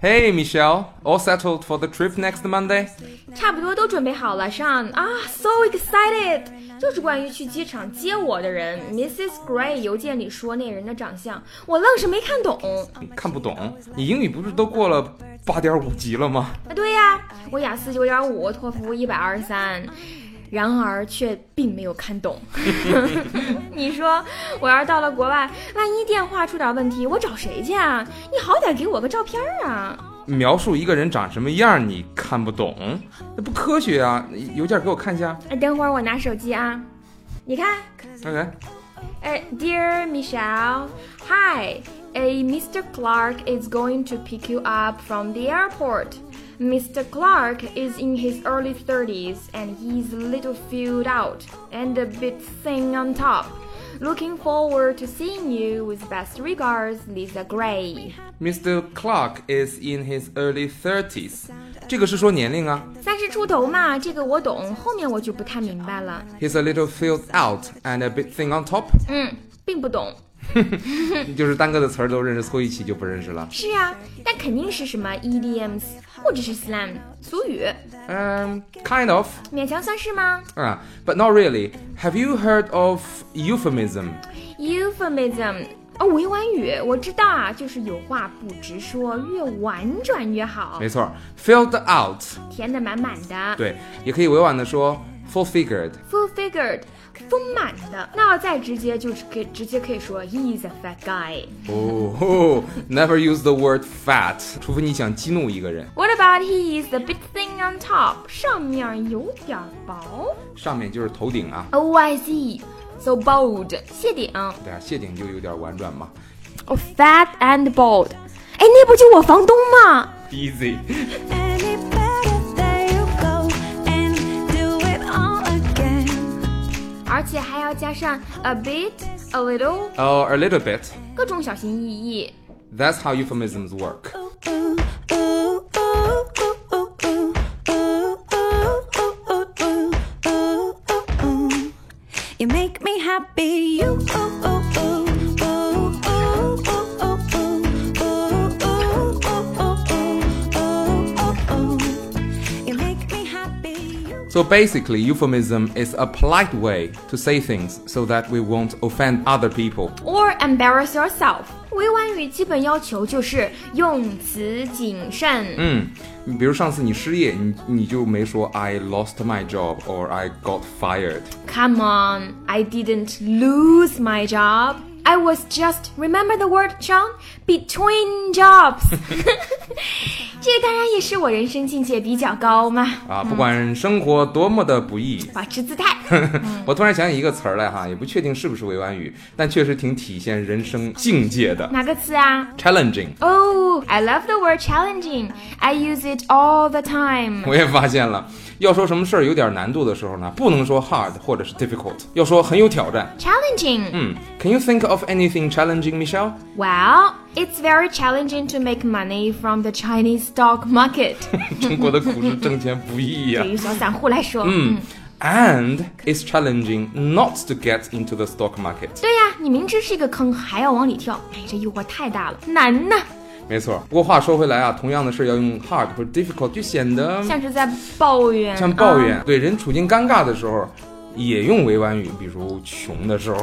Hey Michelle, all settled for the trip next Monday? 差不多都准备好了上啊，so excited！就是关于去机场接我的人，Mrs. Gray 邮件里说那人的长相，我愣是没看懂。看不懂，你英语不是都过了八点五级了吗？啊，对呀、我雅思九点五，托福一百二十三，然而却并没有看懂。 你说我要是到了国外，万一电话出点问题，我找谁去啊？你好歹给我个照片儿啊！描述一个人长什么样你看不懂，那不科学啊！邮件给我看一下。哎等会儿我拿手机啊，你看。 OK， Uh, dear Michelle, hi. A Mr. Clark is going to pick you up from the airport. Mr. Clark is in his early 30s and he's a little filled out and a bit thin on top. Looking forward to seeing you with best regards, Lisa Gray. Mr. Clark is in his early thirties，这个是说年龄啊。三十出头嘛，这个我懂，后面我就不太明白了。 He's a little filled out and a bit thin on top，嗯，并不懂。就是单个的词儿都认识，凑一起就不认识了。是啊，但肯定是什么 idioms 或者是 slang 俗语，嗯、k i n d of，勉强算是吗？啊、b u t not really。Have you heard of euphemism？ Euphemism 哦，委婉语我知道啊，就是有话不直说，越婉转越好没，错，filled out，填得满满的，对，也可以委婉的说 full figured。 ，full figured，丰满的。那要再直接，就是可以直接可以说 he's a fat guy。哦、n e v e r use the word fat，除非你想激怒一个人。 What about he's a big thing on top？上面有点薄。上面就是头顶啊， Oh I see，so bold，谢顶。对啊，谢顶就有点婉转嘛。 Oh 哦 fat and bold，哎，那不就我房东吗？ Easy， Any better, there you go, and do it all again. 而且还要加上 a bit、a little，哦、a little bit。各种小心翼翼。 That's how euphemisms work. Ooh, ooh, ooh, ooh, ooh, ooh, ooh, ooh, ooh, ooh, ooh, ooh. You make me happy. You. ooh, ooh, ooh, ooh, ooh, ooh, ooh, ooh, ooh, ooh, ooh, ooh, ooh. You make me happy. You. So basically, euphemism is a polite way to say things so that we won't offend other people. or embarrass yourself。委婉语基本要求就是用词谨慎。嗯，你比如上次你失业，你你就没说 I lost my job or I got fired。 Come on, I didn't lose my job. I was just remember the word, Sean? Between jobs. 这当然也是我人生境界比较高嘛， 啊，不管生活多么的不易，保持姿态。我突然想起一个词儿来哈，也不确定是不是委婉语，但确实挺体现人生境界的。哪个词啊 Challenging， ？Oh, I love the word challenging. I use it all the time. 我也发现了，要说什么事儿有点难度的时候呢，不能说 hard 或者是 difficult，要说很有挑战。 Challenging. 嗯，Can you think of anything challenging, Michelle？ Well, it's very challenging to make money from the Chinese stock market. 中国的股市挣钱不易 呀、对于小散户来说，嗯， And it's challenging not to get into the stock market。对呀，你明知是一个坑，还要往里跳，哎，这诱惑太大了，难呐，没错。不过话说回来啊，同样的事儿要用 hard 或者 difficult，就显得像啊是在抱怨，嗯像抱怨。啊对人处境尴尬的时候，也用委婉语，比如穷的时候。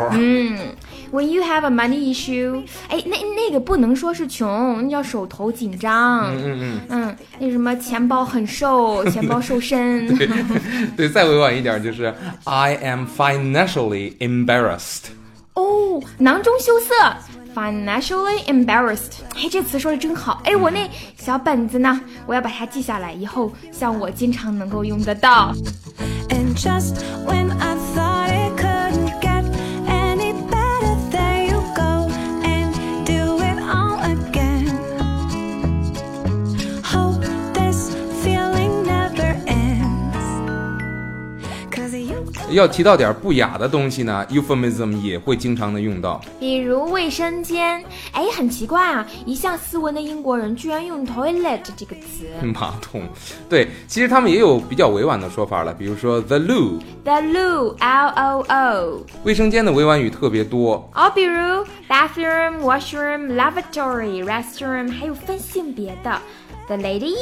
When you have a money issue，哎，那那个不能说是穷，那叫手头紧张。嗯嗯嗯，那什么钱包很瘦，钱包瘦身。 对，再委婉一点就是 I am financially embarrassed。哦，囊中羞涩，financially embarrassed。哎，这词说的真好。哎，我那小本子呢？我要把它记下来，以后像我经常能够用得到。 And just when I thought it couldn't get any better, there you go and do it all again. Hope this feeling never ends. Cause you 要提到点不雅的东西呢，euphemism 也会经常的用到。比如卫生间，哎，很奇怪啊，一向斯文的英国人居然用 toilet 这个词马桶，对，其实他们也有比较委婉的说法了，比如说 the loo， ，the loo l o o，卫生间的委婉语特别多。哦，比如 bathroom、washroom、lavatory、restroom，还有分性别的 the ladies,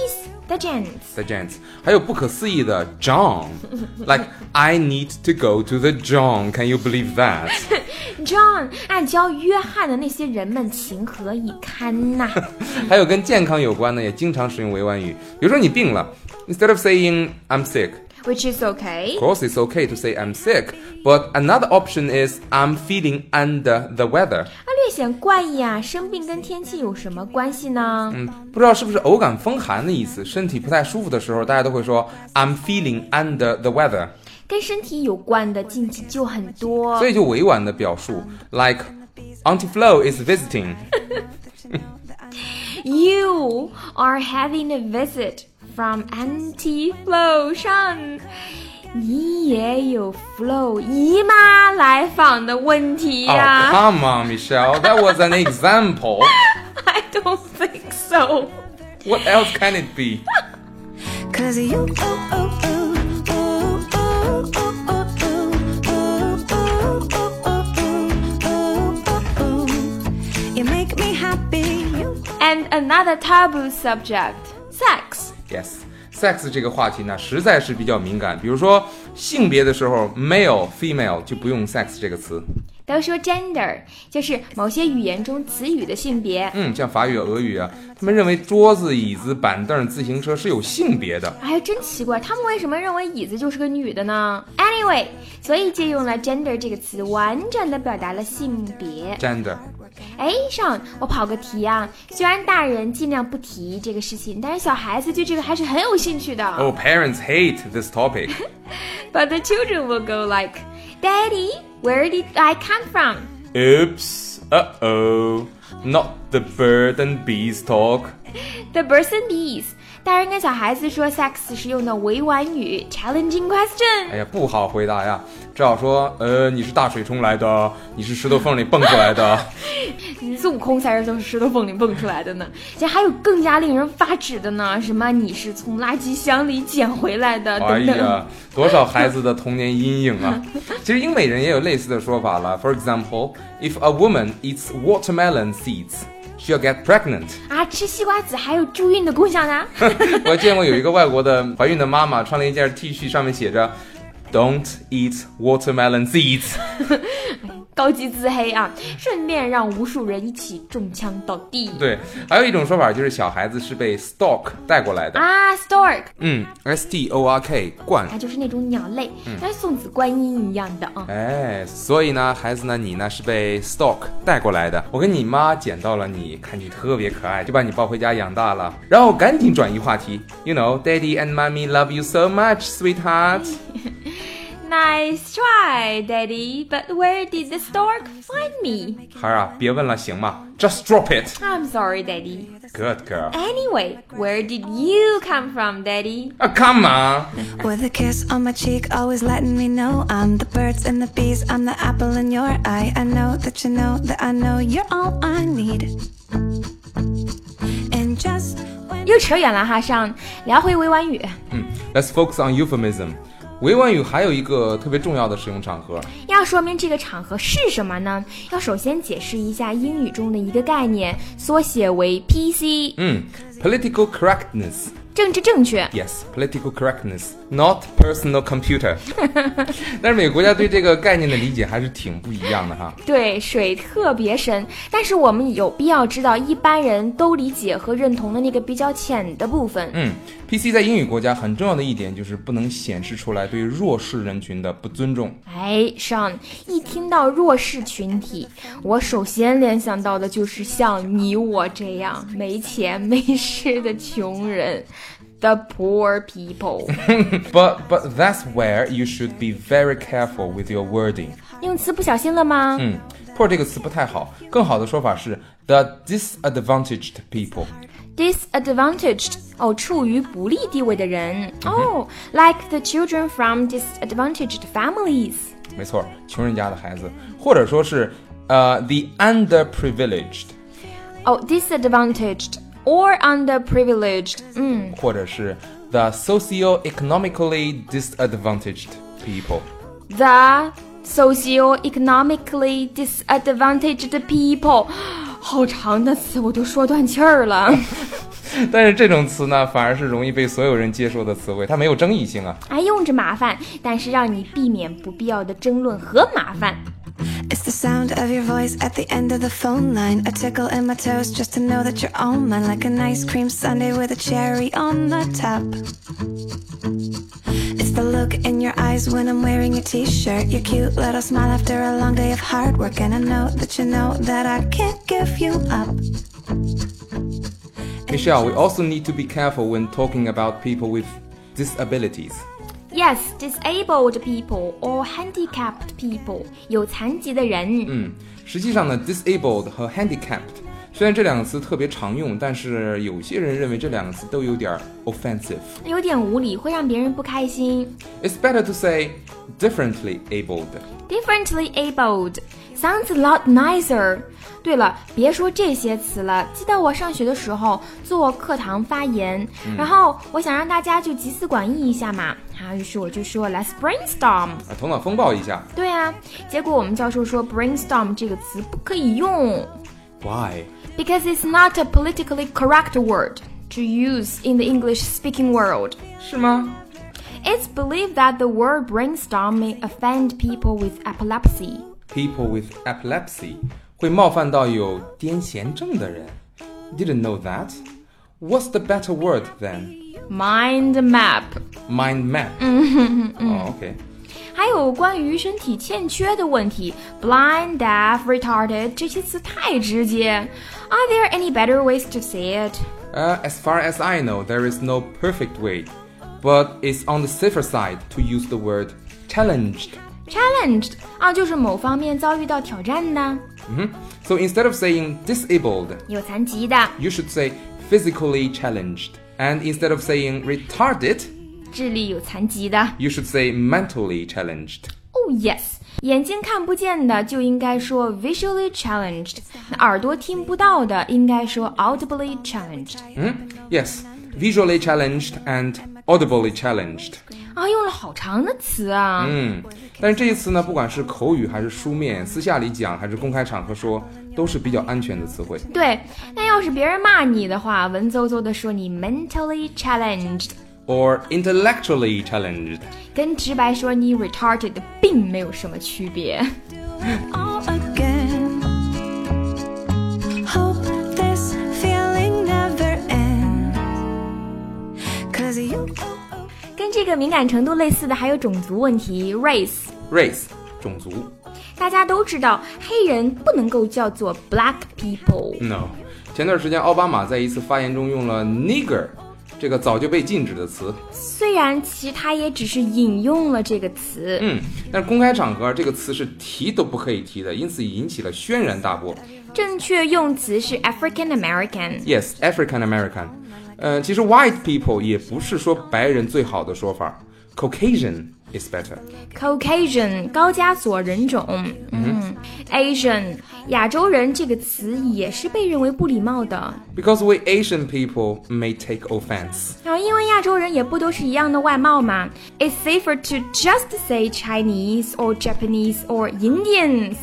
the gents. the gents，还有不可思议的 John，like I need to go to the John，can you believe that？ John 暗教约翰的那些人们情何以 堪呐、还有跟健康有关的，也经常使用委婉语，比如说你病了，instead of saying I'm sick。 w h i c h is okay. Of course, it's okay to say I'm sick, but another option is I'm feeling under the weather。啊，略显怪异啊，生病跟天气有什么关系呢？嗯，不知道是不是偶感风寒的意思，身体不太舒服的时候，大家都会说 I'm feeling under the weather，跟身体有关的禁忌就很多所。以就委婉的表述，like Auntie Flo is visiting。 You are having a visit from Auntie Flo 上，你也有 Flo 姨妈来访的问题 Oh, 呀、 come on, Michelle. That was an example. I don't think so. What else can it be? Cause you oh oh oh oh oh oh oh oh oh oh oh oh oh oh oh You make me happy you And another taboo subject, sex. Yes, sex 这个话题呢，实在是比较敏感。比如说性别的时候，male、female 就不用 sex 这个词。都说 gender 就是某些语言中词语的性别，嗯，像法语、俄语啊，他们认为桌子、椅子、板凳、自行车是有性别的。哎，真奇怪，他们为什么认为椅子就是个女的呢？Anyway，所以借用了 gender 这个词，完整的表达了性别。 gender 哎，上，我跑个题啊，虽然大人尽量不提这个事情，但是小孩子对这个还是很有兴趣的。 Oh, parents hate this topic. But the children will go like, Daddy, where did I come from? Oops. Uh oh. Not the bird and bees talk. The birds and bees，大人跟小孩子说 sex 时用的委婉语 challenging question。哎呀，不好回答呀，只好说，呃，你是大水冲来的，你是石头缝里蹦出 来啊的。孙悟空才是从石头缝里蹦出来的呢。这还有更加令人发指的呢，什么你是从垃圾箱里捡回来的哎等等。呀，多少孩子的童年阴影啊！其实英美人也有类似的说法了。For example, if a woman eats watermelon seeds, she'll get pregnant. 啊，吃西瓜籽还有助孕的功效呢。 我见过有一个外国的怀孕的妈妈穿了一件 T 恤，上面写着 "Don't eat watermelon seeds"。 高级自黑啊，顺便让无数人一起中枪倒地。嗯对，还有一种说法就是小孩子是被 stork 带过来的。啊，stork，嗯，S T O R K 冠它就是那种鸟类，嗯跟送子观音一样的啊。哎，所以呢，孩子呢，你呢是被 stalk 带过来的。我跟你妈捡到了你，看你特别可爱，就把你抱回家养大了，然后赶紧转移话题。You know, daddy and mommy love you so much, sweetheart. Nice try, Daddy, but where did the stork find me? 孩儿啊，别问了，行吗？Just drop it. I'm sorry, Daddy. Good girl. Anyway, where did you come from, Daddy? Ah, come on. With a kiss on my cheek always letting me know I'm the birds and the bees I'm the apple in your eye I know that you know that I know you're all I need And just when 又扯远了哈，上聊回委婉语，嗯，Let's focus on euphemism. 委婉语还有一个特别重要的使用场合，要说明这个场合是什么呢？要首先解释一下英语中的一个概念，缩写为 PC，嗯，political correctness. 政治正确。 Yes, political correctness, not personal computer 。 但是每个国家对这个概念的理解还是挺不一样的哈。对，水特别深，但是我们有必要知道一般人都理解和认同的那个比较浅的部分。嗯，PC 在英语国家很重要的一点就是不能显示出来对弱势人群的不尊重。哎，上一听到弱势群体，我首先联想到的就是像你我这样没钱没势的穷人，the poor people。 But but that's where you should be very careful with your wording。用词不小心了吗？嗯，poor 这个词不太好，更好的说法是 the disadvantaged people。 disadvantaged 哦，处于不利地位的人嗯哦、l i k e the children from disadvantaged families。没错，穷人家的孩子，或者说是呃、the underprivileged，哦、d i s a d v a n t a g e d or underprivileged。嗯。或者是 the socio-economically disadvantaged people。 the socio-economically disadvantaged people。好长的词，我都说断气儿了。但是这种词呢，反而是容易被所有人接受的词汇，它没有争议性啊。哎，用着麻烦，但是让你避免不必要的争论和麻烦。 It's the sound of your voice at the end of the phone line. A tickle in my toes just to know that you're on mine. Like an ice cream sundae with a cherry on the top. It's the look in your eyes when I'm wearing your t shirt. Your cute little smile after a long day of hard work. And I know that you know that I can't give you up. Michelle, we also need to be careful when talking about people with disabilities. Yes, disabled people or handicapped people，有残疾的人。嗯，实际上呢，disabled 和 handicapped 虽然这两个词特别常用，但是有些人认为这两个词都有点儿 offensive。有点无理，会让别人不开心。 It's better to say differently abled. Differently abled sounds a lot nicer。对了，别说这些词了。记得我上学的时候做课堂发言，然后我想让大家就集思广益一下嘛，啊，于是我就说 Let's brainstorm。啊，头脑风暴一下。对啊，结果我们教授说 brainstorm 这个词不可以用 Why? ，because it's not a politically correct word to use in the English-speaking world。是吗？ It's believed that the word brainstorm may offend people with epilepsy. people with epilepsy 会冒犯到有癫痫症的人。Didn't know that. What's the better word than Mind map， mind map? 哦，OK，还有关于身体欠缺的问题，blind, deaf, retarded 这些词太直接。Are there any better ways to say it？呃，as far as I know, there is no perfect way, but it's on the safer side to use the word challenged. Challenged 啊，就是某方面遭遇到挑战的，嗯哼 So instead of saying disabled, 有残疾的， you should say physically challenged. And instead of saying retarded, 智力有残疾的。 you should say mentally challenged. Oh yes，眼睛看不见的就应该说 visually challenged，那耳朵听不到的应该说 audibly challenged。嗯，yes, visually challenged and audibly challenged。啊，用了好长的词啊！嗯，但是这一次呢，不管是口语还是书面，私下里讲还是公开场合说，都是比较安全的词汇。对，那要是别人骂你的话，文绉绉的说你 mentally challenged， Or intellectually challenged。跟直白说你 retarded 并没有什么区别。 all again. Hope this feeling never ends. Cause you. 跟这个敏感程度类似的还有种族问题 race。 Race，种族。大家都知道，黑人不能够叫做 black people。 No，前段时间奥巴马在一次发言中用了 nigger 这个早就被禁止的词。虽然其实他也只是引用了这个词，嗯，但是公开场合这个词是提都不可以提的，因此引起了轩然大波。正确用词是 African American。 Yes, African American。呃，其实 white people 也不是说白人最好的说法，Caucasian is better。 Caucasian 高加索人种，嗯，Asian 亚洲人这个词也是被认为不礼貌的。 Because we Asian people may take offense. 然后因为亚洲人也不都是一样的外貌嘛，It's safer to just say Chinese or Japanese or Indians.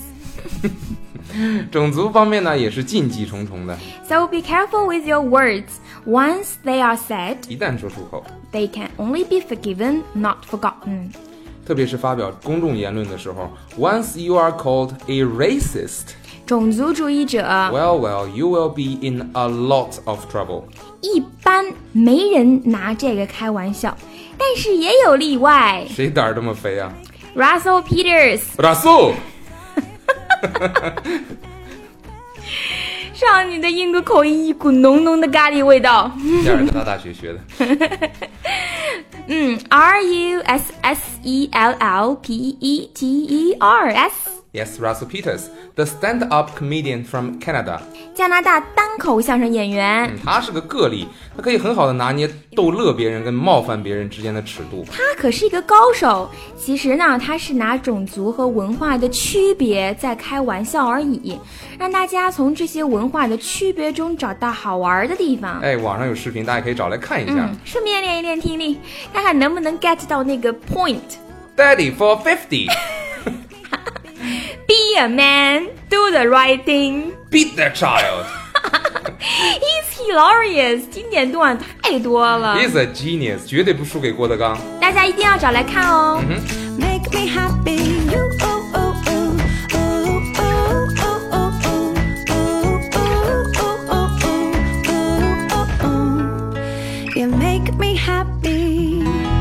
种族方面呢，也是禁忌重重的， So be careful with your words. Once they are said, 一旦说出口， they can only be forgiven, not forgotten. 特别是发表公众言论的时候，Once you are called a racist, 种族主义者 well, well, you will be in a lot of trouble. 一般没人拿这个开玩笑，但是也有例外。谁胆儿这么肥啊 Russell Peters ？Rasul，少女的英国口音一股浓浓的咖喱味道。加尔各答大学学的。嗯，R U S S E L L P E T E R S， Yes, Russell Peters, the stand-up comedian from Canada. 加拿大单口相声演员。嗯他是个个例，他可以很好的拿捏逗乐别人跟冒犯别人之间的尺度。他可是一个高手。其实呢，他是拿种族和文化的区别在开玩笑而已，让大家从这些文化的区别中找到好玩的地方。哎，网上有视频，大家可以找来看一下。嗯，顺便练一练听力，看看能不能 get 到那个 point。 Daddy for fifty, Be a man, do the right thing. beat that child. He's Laureus，经典段太多了， He's a genius，绝对不输给郭德纲。大家一定要找来看哦。 Make me happy. You oh oh oh oh oh oh oh oh oh oh oh oh oh oh oh. You make me happy.